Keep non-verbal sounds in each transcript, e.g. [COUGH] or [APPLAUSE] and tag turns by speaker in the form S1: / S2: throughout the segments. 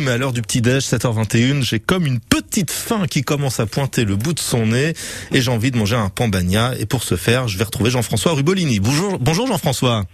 S1: Mais à l'heure du petit-déj, 7h21, j'ai comme une petite faim qui commence à pointer le bout de son nez et j'ai envie de manger un pambagna. Et pour ce faire, je vais retrouver Jean-François Rubolini. Bonjour, bonjour Jean-François.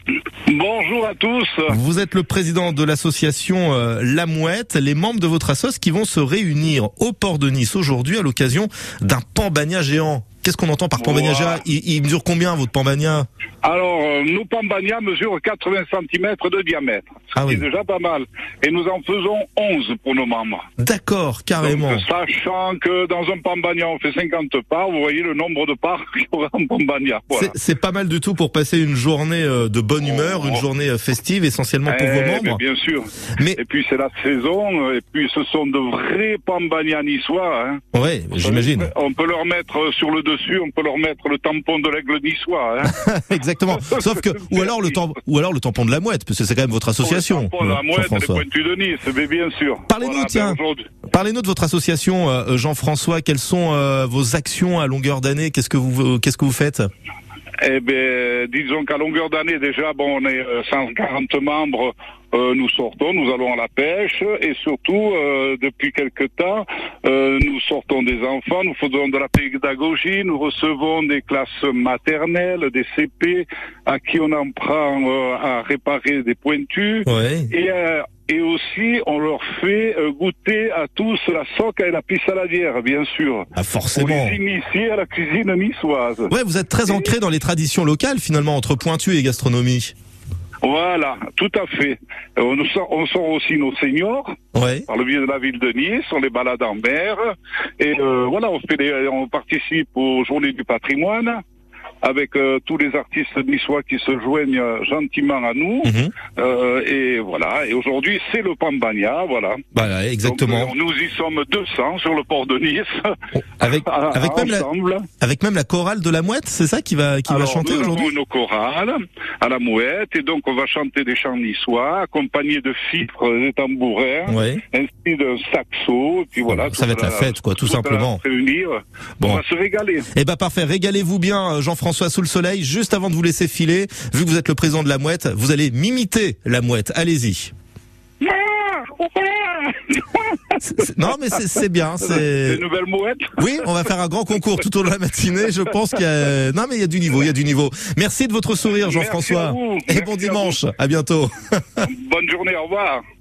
S2: Bonjour à tous.
S1: Vous êtes le président de l'association euh, La Mouette, les membres de votre assoce qui vont se réunir au port de Nice aujourd'hui à l'occasion d'un pambagna géant. Qu'est-ce qu'on entend par pambagna
S2: Ouah.
S1: géant il, il mesure combien votre pambagna
S2: Alors, euh, nos pambagnas mesurent 80 cm de diamètre, ce
S1: Ah
S2: qui
S1: oui.
S2: est déjà pas mal. Et nous en faisons 11 pour nos membres.
S1: D'accord,
S2: Donc,
S1: carrément.
S2: sachant que dans un pambagna, on fait 50 parts, vous voyez le nombre de parts [LAUGHS] qu'il y aura en pambagna. Voilà.
S1: C'est- C'est pas mal du tout pour passer une journée euh, de bonne
S2: Oh.
S1: humeur, une journée euh, festive essentiellement pour
S2: Eh,
S1: vos
S2: mais
S1: membres.
S2: bien sûr.
S1: Mais
S2: Et puis c'est la saison, et puis ce sont de vrais pambagnas niçois. Hein.
S1: ouais, j'imagine.
S2: On peut leur mettre sur le dessus, on peut leur mettre le tampon de l'aigle niçois. Hein.
S1: [LAUGHS] Exactement. Sauf que ou alors le tam- ou alors le tampon de la mouette parce que c'est quand même votre association.
S2: Pour la
S1: euh,
S2: mouette, les
S1: Jean-François.
S2: pointus de Nice, mais bien sûr.
S1: Parlez-nous,
S2: ben,
S1: tiens.
S2: aujourd'hui-
S1: Parlez-nous de votre association euh, Jean-François, quelles sont euh, vos actions à longueur d'année Qu'est-ce que vous euh, qu'est-ce que vous faites
S2: Eh ben, disons qu'à longueur d'année déjà, bon, on est euh, 140 membres. euh, nous sortons, nous allons à la pêche et surtout, euh, depuis quelque temps, euh, nous sortons des enfants, nous faisons de la pédagogie, nous recevons des classes maternelles, des CP, à qui on en prend euh, à réparer des pointus.
S1: Ouais.
S2: Et, euh, et aussi, on leur fait euh, goûter à tous la soca et la pissaladière, bien sûr.
S1: Ah,
S2: Pour
S1: forcément.
S2: les initier à la cuisine niçoise.
S1: Ouais, vous êtes très ancré dans les traditions locales finalement entre pointu et gastronomie.
S2: Voilà, tout à fait. Euh, On sort, on sort aussi nos seniors
S1: Ouais.
S2: par le biais de la ville de Nice, on les balade en mer et euh, voilà, on fait des- on participe aux journées du patrimoine avec euh, tous les artistes niçois qui se joignent euh, gentiment à nous
S1: Mhm.
S2: Euh, et voilà. Et aujourd'hui, c'est le Pambagna, voilà.
S1: Voilà, Bah, exactement.
S2: Donc, euh, nous y sommes 200 sur le port de Nice [LAUGHS]
S1: Avec
S2: Ah,
S1: avec même la
S2: ensemble.
S1: avec même la chorale de la mouette, c'est ça qui va qui va
S2: Alors,
S1: chanter
S2: nous avons
S1: aujourd'hui
S2: une chorale à la mouette, et donc on va chanter des chants niçois, accompagnés de filtres et tambourins,
S1: Ouais.
S2: ainsi d'un saxo, et puis voilà.
S1: Ça va être la fête quoi, tout simplement.
S2: Réunir, on
S1: Bon.
S2: va se régaler.
S1: Eh ben parfait, régalez-vous bien euh, Jean-François sous le soleil. Juste avant de vous laisser filer, vu que vous êtes le président de la mouette, vous allez m'imiter la mouette. Allez-y.
S2: Ah,
S1: C'est- c'est- Non mais c'est- c'est bien.
S2: Des
S1: C'est
S2: nouvelles mouettes.
S1: oui, on va faire un grand concours tout au long de la matinée. Je pense qu'il y a non mais il y a du niveau, il y a du niveau. Merci de votre sourire
S2: Merci
S1: Jean-François
S2: à vous.
S1: et bon
S2: Merci à
S1: dimanche. À bientôt.
S2: Bonne journée, au revoir.